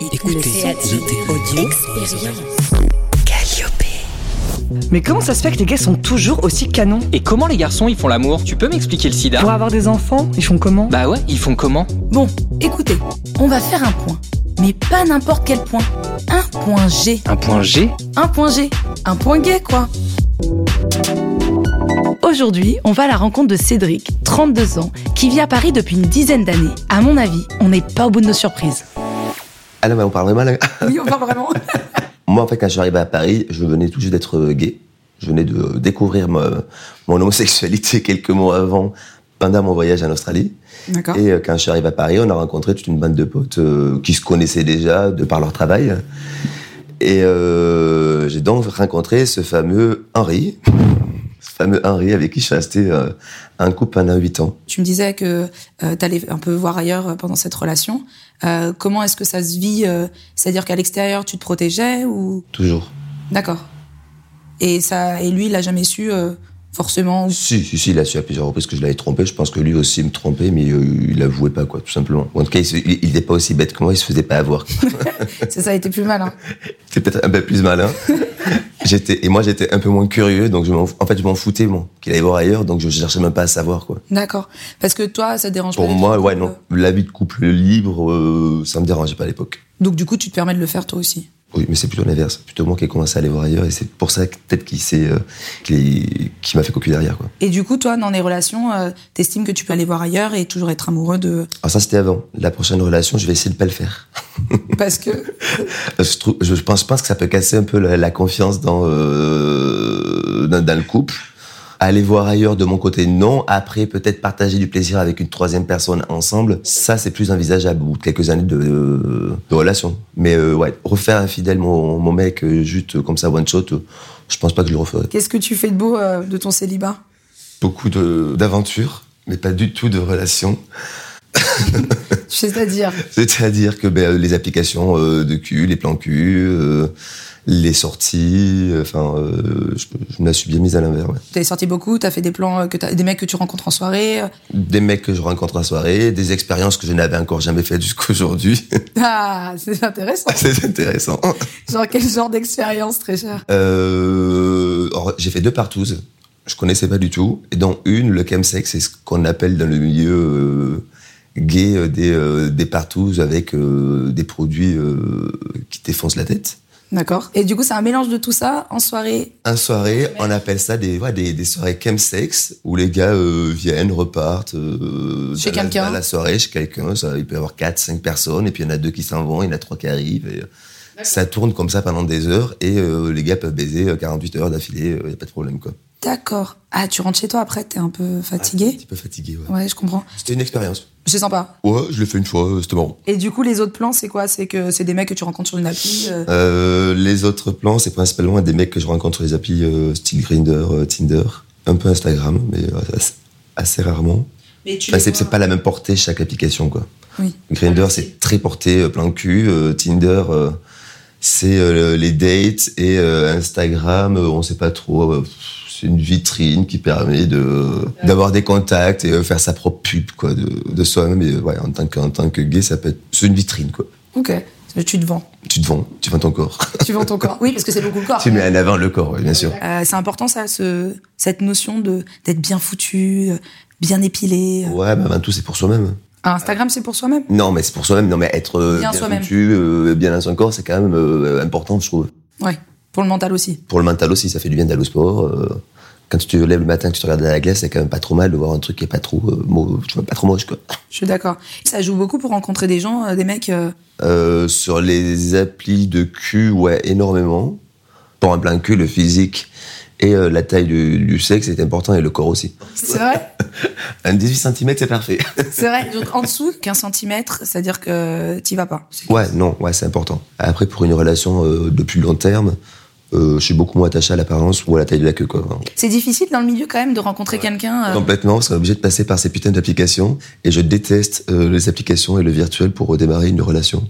Écoutez, audio, expérience. Mais comment ça se fait que les gars sont toujours aussi canons Et comment les garçons ils font l'amour Tu peux m'expliquer le sida Pour avoir des enfants, ils font comment Bah ouais, ils font comment Bon, écoutez, on va faire un point. Mais pas n'importe quel point. Un point G. Un point G Un point G. Un point gay, quoi. Aujourd'hui, on va à la rencontre de Cédric, 32 ans, qui vit à Paris depuis une dizaine d'années. À mon avis, on n'est pas au bout de nos surprises. Ah non, mais on parle mal. Oui, on parle vraiment. Moi, en fait, quand je suis arrivé à Paris, je venais tout juste d'être euh, gay. Je venais de euh, découvrir ma- mon homosexualité quelques mois avant, pendant mon voyage en Australie. D'accord. Et euh, quand je suis arrivé à Paris, on a rencontré toute une bande de potes euh, qui se connaissaient déjà de par leur travail. Et euh, j'ai donc rencontré ce fameux Henri, ce fameux Henri avec qui je suis resté euh, un couple pendant 8 ans. Tu me disais que euh, t'allais un peu voir ailleurs euh, pendant cette relation. Euh, comment est-ce que ça se vit euh, C'est-à-dire qu'à l'extérieur, tu te protégeais ou Toujours. D'accord. Et ça, et lui, il a jamais su euh, forcément. ou- Si, si, si, il a su à plusieurs reprises que je l'avais trompé. Je pense que lui aussi me trompait, mais euh, il avouait pas, quoi, tout simplement. En tout cas, il se- il n'était pas aussi bête que moi, il se faisait pas avoir. Ça, ça a été plus malin. C'était peut-être un peu plus malin. j'étais, et moi, j'étais un peu moins curieux, donc je m'en, en fait, je m'en foutais, moi, qu'il allait voir ailleurs, donc je cherchais même pas à savoir, quoi. D'accord. Parce que toi, ça te dérange pas. Pour du moi, tout, ouais, euh, non. La vie de couple libre, euh, ça me dérangeait pas à l'époque. Donc du coup, tu te permets de le faire toi aussi. Oui, mais c'est plutôt l'inverse. C'est plutôt moi qui ai commencé à aller voir ailleurs, et c'est pour ça que peut-être qu'il s'est, euh, qu'il est- qu'il m'a fait cocu derrière, quoi. Et du coup, toi, dans les relations, euh, t'estimes que tu peux aller voir ailleurs et toujours être amoureux de. Alors ça, c'était avant. La prochaine relation, je vais essayer de pas le faire. Parce que. Parce que je, trouve- je pense, je pense que ça peut casser un peu la, la confiance dans, euh, dans, dans le couple. Aller voir ailleurs de mon côté, non. Après, peut-être partager du plaisir avec une troisième personne ensemble. Ça, c'est plus envisageable au bout de quelques années de, de relation. Mais euh, ouais, refaire infidèle mon, mon mec euh, juste euh, comme ça, one shot, euh, je pense pas que je le referais. Qu'est-ce que tu fais de beau euh, de ton célibat Beaucoup de- d'aventures, mais pas du tout de relations. C'est-à-dire. C'est-à-dire que ben, les applications euh, de cul, les plans cul, euh, les sorties, euh, enfin, euh, je, je me la suis bien mise à l'envers. ouais. T'es sorti beaucoup, t'as fait des plans, euh, que t'as- des mecs que tu rencontres en soirée. euh. Des mecs que je rencontre en soirée, des expériences que je n'avais encore jamais faites jusqu'aujourd'hui. Ah, c'est intéressant. C'est intéressant. Genre, quel genre d'expérience, très cher. Euh, or, j'ai fait deux partouzes. Je connaissais pas du tout. Et dans une, le chemsex, c'est ce qu'on appelle dans le milieu euh, gay euh, des, euh, des partouzes avec euh, des produits euh, qui défoncent la tête. D'accord. Et du coup, c'est un mélange de tout ça en soirée. Un soirée, on appelle ça des, ouais, des, des soirées chemsex, où les gars euh, viennent, repartent. euh, Chez dans la- quelqu'un. dans La soirée, chez quelqu'un. Ça, il peut y avoir 4, 5 personnes, et puis il y en a deux qui s'en vont, il y en a trois qui arrivent. Et, euh, ça tourne comme ça pendant des heures, et euh, les gars peuvent baiser euh, 48 heures d'affilée, il n'y a pas de problème. Quoi. D'accord. Ah, tu rentres chez toi après, t'es un peu Un fatigué. petit peu fatigué, ouais. Ouais, je comprends. C'était une expérience. Je sens pas. Ouais, je l'ai fait une fois, euh, c'était marrant. Et du coup, les autres plans, c'est quoi C'est que c'est des mecs que tu rencontres sur une appli. euh, Euh, les autres plans, c'est principalement des mecs que je rencontre sur les applis euh, style Grinder, Tinder, un peu Instagram, mais euh, assez- assez rarement. Mais tu Bah, les c'est vois- Ah, c'est pas la même portée chaque application quoi. Oui. Grinder c'est très porté euh, plein cul, euh, Tinder euh, c'est euh, les dates et euh, Instagram euh, on sait pas trop euh, pff, c'est une vitrine qui permet de d'avoir des contacts et euh, faire sa propre pub quoi de, de soi-même et euh, ouais, en tant que en tant que gay ça peut être c'est une vitrine quoi. Ok. Tu te vends. Tu te vends, tu vends ton corps. Tu vends ton corps. Oui, parce que c'est beaucoup le corps. tu mets en avant le corps ouais, bien sûr. Euh, c'est important ça, ce, cette notion de d'être bien foutu, euh, bien épilé. Ouais, bah, avant tout c'est pour soi-même. Ah, Instagram, c'est pour soi-même. Non, mais c'est pour soi-même. Non, mais être euh, Bien bien, soi-même. foutu, euh, bien dans son corps, c'est quand même euh, important, je trouve. Ouais. Pour le mental aussi. pour le mental aussi, ça fait du bien d'aller au sport. euh, quand tu te lèves le matin, que tu te regardes à la glace, c'est quand même pas trop mal de voir un truc qui est pas trop, euh, mo- tu vois, pas trop moche quoi. Je suis d'accord. Ça joue beaucoup pour rencontrer des gens, euh, des mecs. euh, Euh, sur les applis de cul, ouais, énormément. Pour un plein cul, le physique et euh, la taille du, du sexe est important et le corps aussi. C'est vrai. Un 18 cm, c'est parfait. C'est vrai, donc en dessous, 15 cm, c'est-à-dire que t'y vas pas. ouais, non, ouais, c'est important. Après, pour une relation euh, de plus long terme, euh, je suis beaucoup moins attaché à l'apparence ou à la taille de la queue quoi. C'est difficile dans le milieu quand même de rencontrer quelqu'un. euh, Complètement, on serait obligé de passer par ces putains d'applications. Et je déteste euh, les applications et le virtuel pour redémarrer une relation.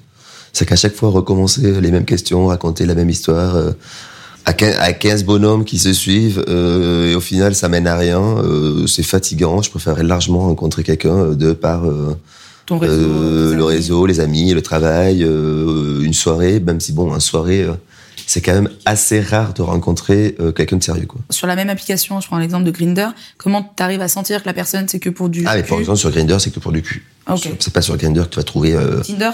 C'est qu'à chaque fois, recommencer les mêmes questions, raconter la même histoire, euh, à, quin- à 15 bonhommes qui se suivent, euh, et au final, ça mène à rien. euh, c'est fatigant. Je préférerais largement rencontrer quelqu'un euh, de par euh, ton réseau. euh, tes le amis. réseau, les amis, le travail, euh, une soirée, même si bon, une soirée, euh, c'est quand même assez rare de rencontrer euh, quelqu'un de sérieux, quoi. Sur la même application, je prends l'exemple de Grinder, comment t'arrives à sentir que la personne c'est que pour du Ah, mais cul par exemple, sur Grindr, c'est que pour du cul. Ok. C'est pas sur Grindr que tu vas trouver. euh, Tinder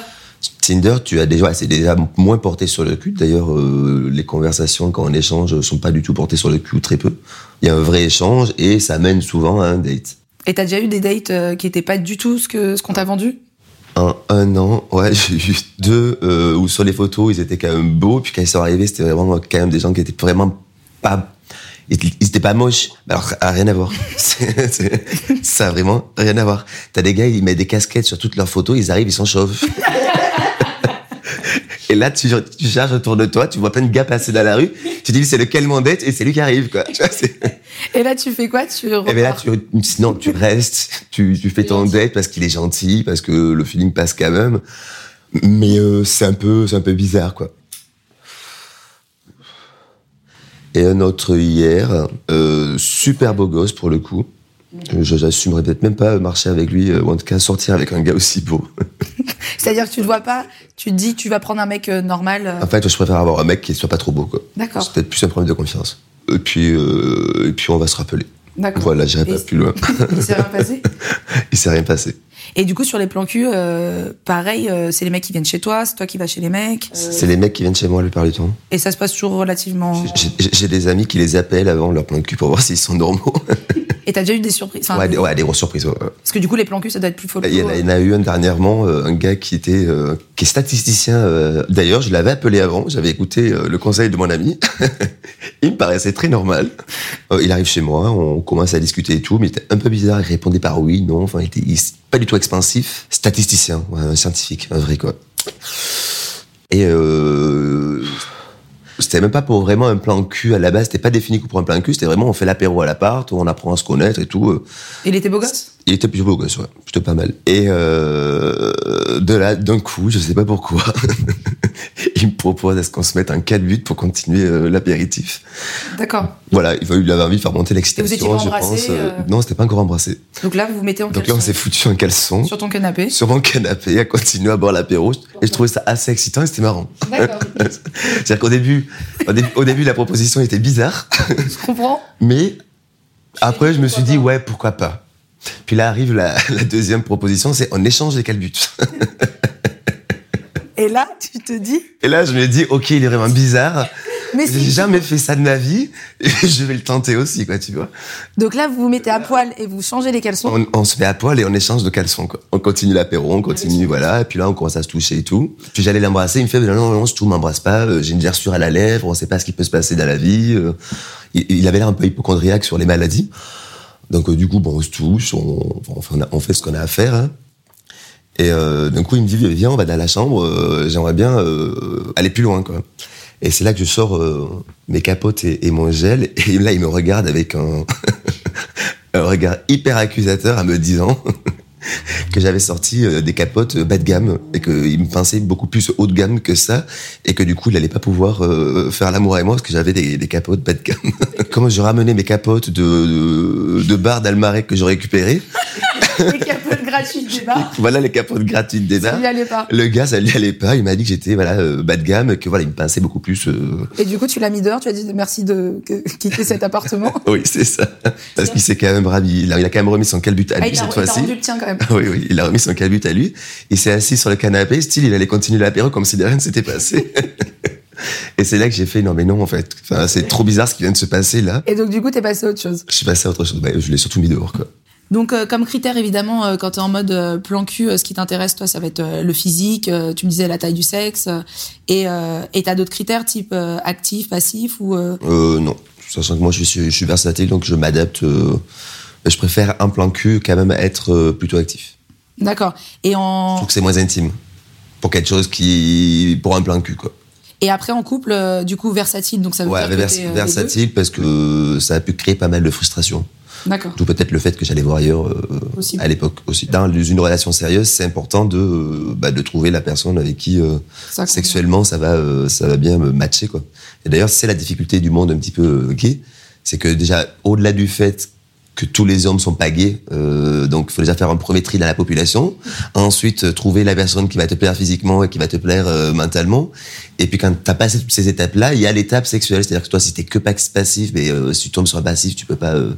Tinder, tu as déjà, c'est déjà moins porté sur le cul. D'ailleurs, euh, les conversations quand on échange sont pas du tout portées sur le cul ou très peu. Il y a un vrai échange et ça mène souvent à un date. Et t'as déjà eu des dates euh, qui étaient pas du tout ce que ce qu'on t'a vendu En un an, ouais, j'ai eu deux euh, où sur les photos ils étaient quand même beaux, puis quand ils sont arrivés, c'était vraiment quand même des gens qui étaient vraiment pas, ils ils étaient pas moches. Mais Alors, ça a rien à voir. C'est- c'est- ça a vraiment rien à voir. T'as des gars, ils mettent des casquettes sur toutes leurs photos, ils arrivent, ils sont chauves. Et là, tu, tu charges autour de toi, tu vois plein de gars passer dans la rue, tu dis c'est lequel mon dette et c'est lui qui arrive, quoi. Tu vois, c'est- Et là, tu fais quoi Tu eh ben là, repars. tu, sinon, tu restes, tu, tu fais ton date parce qu'il est gentil, parce que le feeling passe quand même. Mais euh, c'est un peu, c'est un peu bizarre, quoi. Et un autre hier, euh, super beau gosse pour le coup. Euh, je- J'assumerais peut-être même pas marcher avec lui, euh, ou en tout cas sortir avec un gars aussi beau. C'est-à-dire que tu te vois pas, tu te dis tu vas prendre un mec euh, normal. euh, En fait, je préfère avoir un mec qui soit pas trop beau, quoi. D'accord. C'est peut-être plus un problème de confiance. Et puis, euh, et puis on va se rappeler. D'accord. Voilà, j'irai Et- pas plus loin. Il s'est rien passé. Il s'est rien passé. Et du coup, sur les plans cul, euh, pareil, euh, c'est les mecs qui viennent chez toi, c'est toi qui vas chez les mecs. C'est les mecs qui viennent chez moi la plupart du temps. Et ça se passe toujours relativement. J'ai- j'ai- J'ai des amis qui les appellent avant leur plan de cul pour voir s'ils sont normaux. Et t'as déjà eu des surprises enfin, ouais, des, ouais, des grosses surprises. ouais. Parce que du coup, les plans cul, ça doit être plus folklore. Il y, en a, il y en a eu un dernièrement, euh, un gars qui était euh, qui est statisticien. euh, D'ailleurs, je l'avais appelé avant, j'avais écouté euh, le conseil de mon ami. il me paraissait très normal. Euh, il arrive chez moi, on commence à discuter et tout, mais il était un peu bizarre. Il répondait par oui, non. Enfin, il était il- pas du tout expansif. Statisticien, ouais, un scientifique, un vrai quoi. Et euh, C'était même pas pour vraiment un plan cul à la base, c'était pas défini pour un plan cul, c'était vraiment on fait l'apéro à l'appart, on apprend à se connaître et tout. euh. Il était beau gosse Il était plutôt beau gosse, ouais. plutôt pas mal. Et euh, de là, d'un coup, je sais pas pourquoi, il me propose est-ce qu'on se mette un 4 buts pour continuer euh, l'apéritif. D'accord. Voilà, il il avait envie de faire monter Et vous étiez l'excitation, pas je embrassés, pense. euh, euh, Non, c'était pas encore embrassé. Donc là, vous vous mettez en Donc là, on s'est caleçon foutu en caleçon sur ton canapé. sur mon canapé à continuer à boire l'apéro et je trouvais ça assez excitant et c'était marrant. D'accord. C'est-à-dire qu'au début, au dé- au début, la proposition était bizarre. Je comprends. Mais après, je me suis dit, ouais, pourquoi pas. Puis là arrive la, la deuxième proposition, c'est on échange des calbutes. Et là, tu te dis. Et là, je me dis, ok, il est vraiment bizarre. Mais J'ai si. jamais fait ça de ma vie. Et je vais le tenter aussi, quoi, tu vois. Donc là, vous vous mettez à poil et vous changez les caleçons. On, on se met à poil et on échange de caleçons, quoi. On continue l'apéro, on continue, voilà. Et puis là, on commence à se toucher et tout. Puis j'allais l'embrasser, il me fait, non, non, non, je tout m'embrasse pas. euh, J'ai une gerçure à la lèvre, on sait pas ce qui peut se passer dans la vie. euh. Il, il avait l'air un peu hypochondriaque sur les maladies. Donc, euh, du coup, bon, on se touche, on, on fait, on fait ce qu'on a à faire, hein. Et euh, d'un coup, il me dit, viens, on va dans la chambre, euh, j'aimerais bien euh, aller plus loin, quoi. Et c'est là que je sors euh, mes capotes et, et mon gel. Et là, il me regarde avec un, un regard hyper accusateur en me disant que j'avais sorti euh, des capotes bas de gamme et qu'il me pensait beaucoup plus haut de gamme que ça et que du coup, il allait pas pouvoir euh, faire l'amour avec moi parce que j'avais des, des capotes bas de gamme. Comment je ramenais mes capotes de, de, de bar d'Almarec que j'ai récupérées Les capotes gratuites des bars. Voilà les capotes gratuites des Ça bars. lui allait pas. Le gars, ça lui allait pas. Il m'a dit que j'étais voilà euh, bas de gamme, que voilà, il me pinçait beaucoup plus. euh, Et du coup, tu l'as mis dehors, tu as dit merci de que- quitter cet appartement. Oui, c'est ça. Parce qu'il s'est quand même ravi. Il a, il a quand même remis son calbut à Ah, lui il t'a cette il t'a fois-ci. rendu le tien quand même. Oui, oui, il a remis son calbut à lui. Il s'est assis sur le canapé, style, il allait continuer l'apéro comme si de rien ne s'était passé. Et c'est là que j'ai fait, non mais non, en fait, Enfin, c'est trop bizarre ce qui vient de se passer là. Et donc, du coup, t'es passé à autre chose. Je suis passé à autre chose. Bah, je l'ai surtout mis dehors, quoi. Donc, euh, comme critère, évidemment, euh, quand t'es en mode euh, plan cul, euh, ce qui t'intéresse, toi, ça va être euh, le physique, euh, tu me disais la taille du sexe, euh, et euh, et t'as d'autres critères type euh, actif, passif ou... euh, Euh, non. Sachant que moi, je suis, je suis versatile, donc je m'adapte. euh, je préfère un plan cul quand même être euh, plutôt actif. D'accord. Et Je en trouve que c'est moins intime. Pour quelque chose qui. pour un plan cul, quoi. et après en couple, euh, du coup, versatile, donc ça veut Ouais, dire que vers- t'es, euh, les versatile parce que ça a pu créer pas mal de frustration. deux. D'accord. D'où peut-être le fait que j'allais voir ailleurs euh, Aussi. à l'époque aussi. Dans une relation sérieuse, c'est important de, euh, bah, de trouver la personne avec qui euh, Ça, sexuellement ça va, euh, ça va bien me matcher, quoi. Et d'ailleurs, c'est la difficulté du monde un petit peu euh, gay. C'est que déjà, au-delà du fait que tous les hommes sont pas gays, euh, donc il faut déjà faire un premier tri dans la population. Ensuite, euh, trouver la personne qui va te plaire physiquement et qui va te plaire euh, mentalement. Et puis quand t'as passé toutes ces étapes-là, il y a l'étape sexuelle, c'est-à-dire que toi, si t'es que pas passif, mais euh, si tu tombes sur un passif, tu peux pas euh,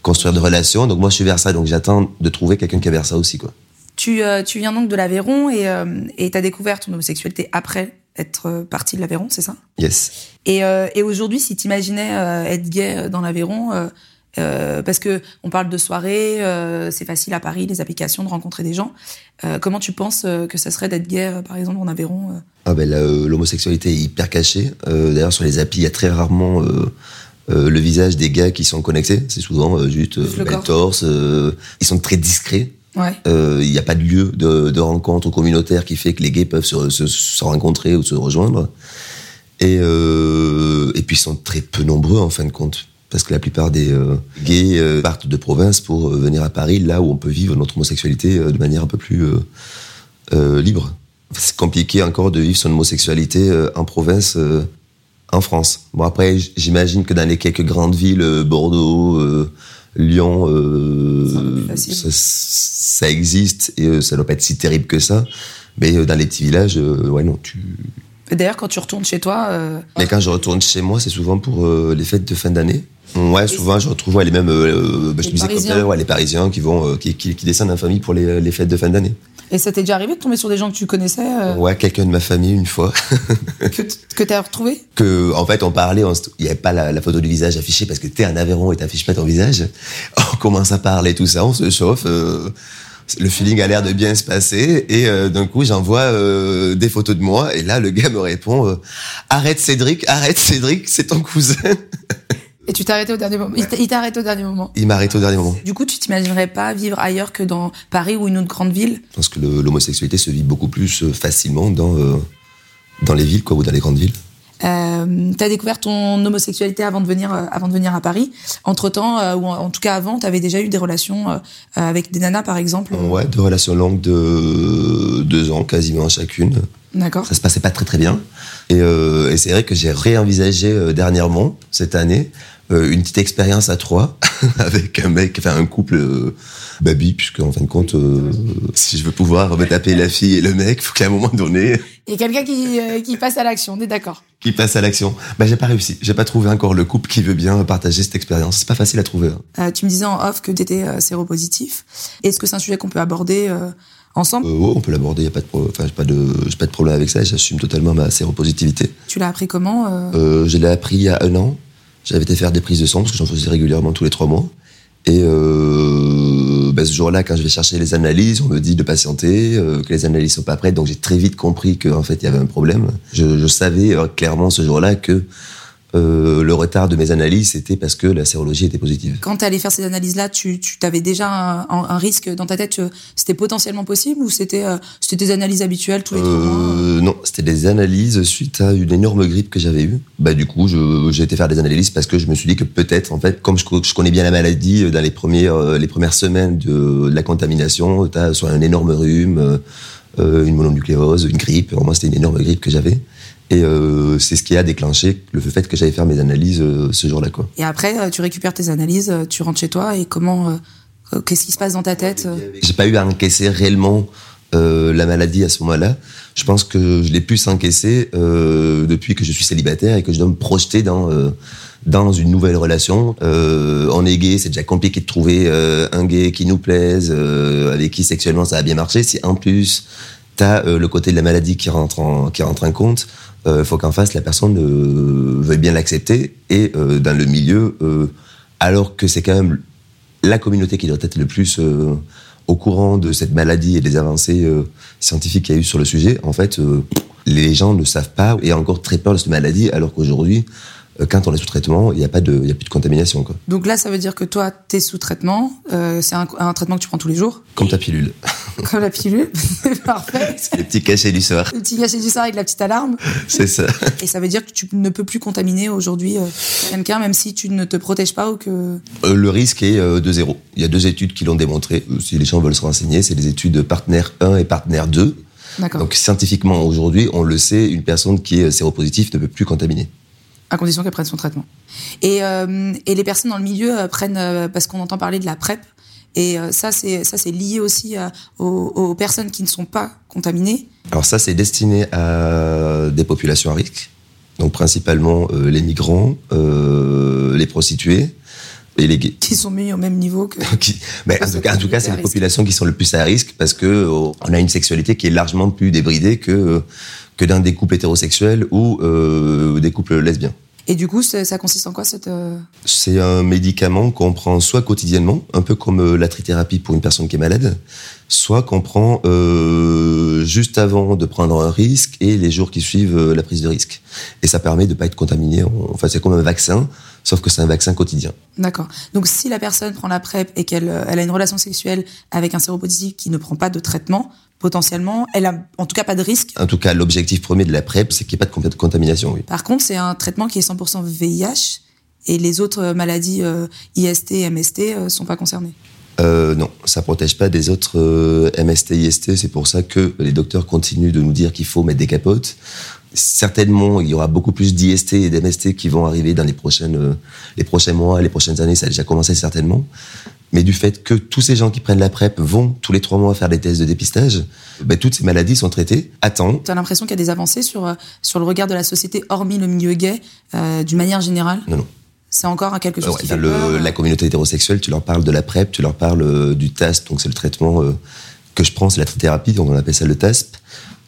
construire de relation. Donc moi, je suis vers ça, donc j'attends de trouver quelqu'un qui est vers ça aussi, quoi. Tu, euh, tu viens donc de l'Aveyron et euh, et t'as découvert ton homosexualité après être euh, partie de l'Aveyron, c'est ça Yes. Et, euh, et aujourd'hui, si t'imaginais euh, être gay euh, dans l'Aveyron, euh, euh, parce que on parle de soirée, euh, c'est facile à Paris, les applications de rencontrer des gens. euh, comment tu penses euh, que ça serait d'être gay, euh, par exemple, en Aveyron euh Ah ben là, euh, l'homosexualité est hyper cachée. Euh, D'ailleurs, sur les applis, il y a très rarement euh, euh, le visage des gars qui sont connectés. C'est souvent euh, juste euh, Juste le ben, corps. torse. euh, ils sont très discrets. Ouais. Euh, Il n'y a pas de lieu de, de rencontre communautaire qui fait que les gays peuvent se, se- se rencontrer ou se rejoindre. Et, euh, et puis ils sont très peu nombreux en fin de compte. Parce que la plupart des euh, gays euh, partent de province pour euh, venir à Paris, là où on peut vivre notre homosexualité euh, de manière un peu plus euh, euh, libre. C'est compliqué encore de vivre son homosexualité euh, en province, euh, en France. Bon, après, j- j'imagine que dans les quelques grandes villes, euh, Bordeaux, euh, Lyon, euh, C'est un peu plus facile. ça, ça existe et euh, ça doit pas être si terrible que ça. Mais euh, dans les petits villages, euh, ouais, non, tu. Et D'ailleurs, quand tu retournes chez toi, euh, Mais quand je retourne chez moi, c'est souvent pour euh, les fêtes de fin d'année. Ouais, souvent je retrouve ouais, les mêmes, euh, euh, je te disais tout à Parisiens. l'heure, ouais, les Parisiens qui vont, euh, qui, qui, qui descendent en famille pour les, les fêtes de fin d'année. et ça t'est déjà arrivé de tomber sur des gens que tu connaissais, euh, Ouais, quelqu'un de ma famille une fois. que, t- que t'as retrouvé que en fait on parlait, on se- il n'y avait pas la, la photo du visage affichée parce que t'es un Aveyron et t'affiches pas ton visage. On commence à parler tout ça, on se chauffe. euh, le feeling a l'air de bien se passer et euh, d'un coup j'envoie euh, des photos de moi et là le gars me répond euh, arrête Cédric arrête Cédric c'est ton cousin Et tu t'es arrêté au dernier moment. Il t'a- Il t'a arrêté au dernier moment. il m'arrête au dernier moment Du coup, tu t'imaginerais pas vivre ailleurs que dans Paris ou une autre grande ville je pense que le- l'homosexualité se vit beaucoup plus euh, facilement dans euh, dans les villes quoi ou dans les grandes villes Euh, t'as découvert ton homosexualité avant de venir euh, avant de venir à Paris. Entre temps, ou en, en tout cas avant, t'avais déjà eu des relations euh, euh, avec des nanas, par exemple. ouais deux relations longues de deux ans quasiment chacune D'accord. Ça se passait pas très très bien. Et, euh, et c'est vrai que j'ai réenvisagé euh, dernièrement, cette année, euh, une petite expérience à trois avec un mec, enfin un couple euh, baby, puisque en fin de compte, euh, si je veux pouvoir me taper la fille et le mec, faut qu'à un moment donné, Et quelqu'un qui, euh, qui passe à l'action, on est d'accord. qu'il passe à l'action. Bah j'ai pas réussi, j'ai pas trouvé encore le couple qui veut bien partager cette expérience. C'est pas facile à trouver. hein. Euh, tu me disais en off que t'étais euh, séropositif. Est-ce que c'est un sujet qu'on peut aborder euh, ensemble Euh, ouais, on peut l'aborder, y a pas de, pro- enfin j'ai pas de, j'ai pas de problème avec ça. J'assume totalement ma séropositivité. Tu l'as appris comment euh Euh, je l'ai appris il y a un an. J'avais été faire des prises de sang parce que j'en faisais régulièrement tous les trois mois. Et euh, bah, ce jour-là, quand je vais chercher les analyses, on me dit de patienter, euh, que les analyses sont pas prêtes. Donc j'ai très vite compris qu'en fait il y avait un problème. Je, je savais euh, clairement ce jour-là que euh, le retard de mes analyses c'était parce que la sérologie était positive. Quand t'es allé faire ces analyses-là, tu, tu avais déjà un, un- un risque dans ta tête euh, C'était potentiellement possible ou c'était euh, c'était des analyses habituelles tous les trois hein. mois Euh, non, c'était des analyses suite à une énorme grippe que j'avais eue. Bah du coup, je- j'ai été faire des analyses parce que je me suis dit que peut-être, en fait, comme je, co- je connais bien la maladie, euh, dans les premières euh, les premières semaines de, de la contamination, t'as soit un énorme rhume, euh, euh, une mononucléose, une grippe. Moi, c'était une énorme grippe que j'avais. Et euh, c'est ce qui a déclenché le fait que j'allais faire mes analyses euh, ce jour-là, quoi. Et après, euh, tu récupères tes analyses, euh, tu rentres chez toi et comment euh, euh, Qu'est-ce qui se passe dans ta tête euh J'ai pas eu à encaisser réellement euh, la maladie à ce moment-là. Je pense que je l'ai pu s'encaisser euh, depuis que je suis célibataire et que je dois me projeter dans euh, dans une nouvelle relation. Euh, on est gay, c'est déjà compliqué de trouver euh, un gay qui nous plaise, euh, avec qui sexuellement ça a bien marché. Si en plus t'as euh, le côté de la maladie qui rentre en qui rentre en compte, euh, faut qu'en face la personne euh, veuille bien l'accepter et euh, dans le milieu, euh, alors que c'est quand même la communauté qui doit être le plus euh, au courant de cette maladie et des avancées euh, scientifiques qu'il y a eu sur le sujet, en fait, euh, les gens ne savent pas et ont encore très peur de cette maladie, alors qu'aujourd'hui, euh, quand on est sous traitement, il n'y a, pas de- il y a plus de contamination. Quoi. Donc là, ça veut dire que toi, t'es sous traitement. euh, c'est un, un traitement que tu prends tous les jours, Comme ta pilule. comme la pilule. C'est parfait. Les petits cachets du soir, Le petit gâchis du soir avec la petite alarme. c'est ça. Et ça veut dire que tu ne peux plus contaminer aujourd'hui euh, quelqu'un, même si tu ne te protèges pas ou que. Euh, le risque est euh, de zéro. Il y a deux études qui l'ont démontré. Euh, Si les gens veulent se renseigner, c'est les études partenaire 1 et partenaire 2. D'accord. Ah. Donc scientifiquement, aujourd'hui, on le sait, une personne qui est séropositive ne peut plus contaminer. à condition qu'elle prenne son traitement. Et, euh, et les personnes dans le milieu euh, prennent, euh, parce qu'on entend parler de la PrEP, et euh, ça, c'est ça c'est lié aussi à- aux, aux personnes qui ne sont pas contaminées. Alors ça, c'est destiné à des populations à risque, donc principalement euh, les migrants, euh, les prostituées et les gays. qui sont mis au même niveau que Qui- Ah, mais en tout cas, en tout cas, c'est À les risque. populations qui sont le plus à risque parce que euh, on a une sexualité qui est largement plus débridée que que dans des couples hétérosexuels ou euh, des couples lesbiens. et du coup ça, ça consiste en quoi cette euh, C'est un médicament qu'on prend soit quotidiennement, un peu comme euh, la trithérapie pour une personne qui est malade, soit qu'on prend euh, juste avant de prendre un risque et les jours qui suivent euh, la prise de risque. Et ça permet de pas être contaminé. On- Enfin, c'est comme un vaccin, sauf que c'est un vaccin quotidien. d'accord donc si la personne prend la prep et qu'elle euh, elle a une relation sexuelle avec un séropositif qui ne prend pas de traitement potentiellement elle a en tout cas pas de risque En tout cas, l'objectif premier de la PrEP, c'est qu'il n'y ait pas de complète contamination. Oui. par contre c'est un traitement qui est 100% VIH et les autres euh, maladies euh, IST MST euh, sont pas concernées Euh, non, ça protège pas des autres euh, MST, IST. C'est pour ça que les docteurs continuent de nous dire qu'il faut mettre des capotes. Certainement, il y aura beaucoup plus d'IST et d'MST qui vont arriver dans les prochaines, euh, les prochains mois, les prochaines années. Ça a déjà commencé certainement. Mais du fait que tous ces gens qui prennent la PrEP vont tous les trois mois faire des tests de dépistage, ben, toutes ces maladies sont traitées à temps. tu as l'impression qu'il y a des avancées sur euh, sur le regard de la société hormis le milieu gay euh, d'une manière générale Non, non. c'est encore quelque chose Ouais, qui dans fait le- peur. hein la communauté hétérosexuelle, tu leur parles de la PrEP, tu leur parles euh, du TASP, donc c'est le traitement euh, que je prends, c'est la trithérapie, donc on appelle ça le TASP.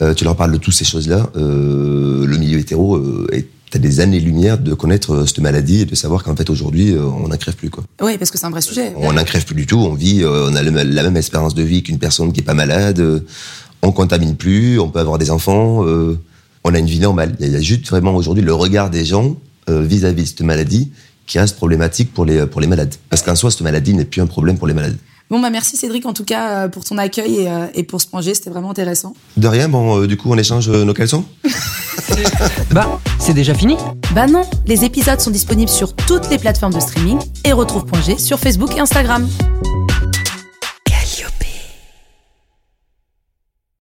Euh, tu leur parles de toutes ces choses-là. euh, le milieu hétéro euh, est à des années-lumière de connaître euh, cette maladie et de savoir qu'en fait aujourd'hui, euh, on n'en crève plus. Quoi. Oui, parce que c'est un vrai sujet. On n'en crève plus du tout, on vit, euh, on a le- la même espérance de vie qu'une personne qui n'est pas malade, euh, on contamine plus, on peut avoir des enfants, euh, on a une vie normale. Il y a juste vraiment aujourd'hui le regard des gens euh, vis-à-vis de cette maladie qui reste problématique pour les, euh, pour les malades. Parce qu'en soi, cette maladie n'est plus un problème pour les malades. Bon, bah merci Cédric en tout cas euh, pour ton accueil et, euh, et pour ce projet, c'était vraiment intéressant. De rien, bon, euh, du coup, on échange euh, nos caleçons Bah, c'est déjà fini Bah non, les épisodes sont disponibles sur toutes les plateformes de streaming et retrouve.g sur Facebook et Instagram.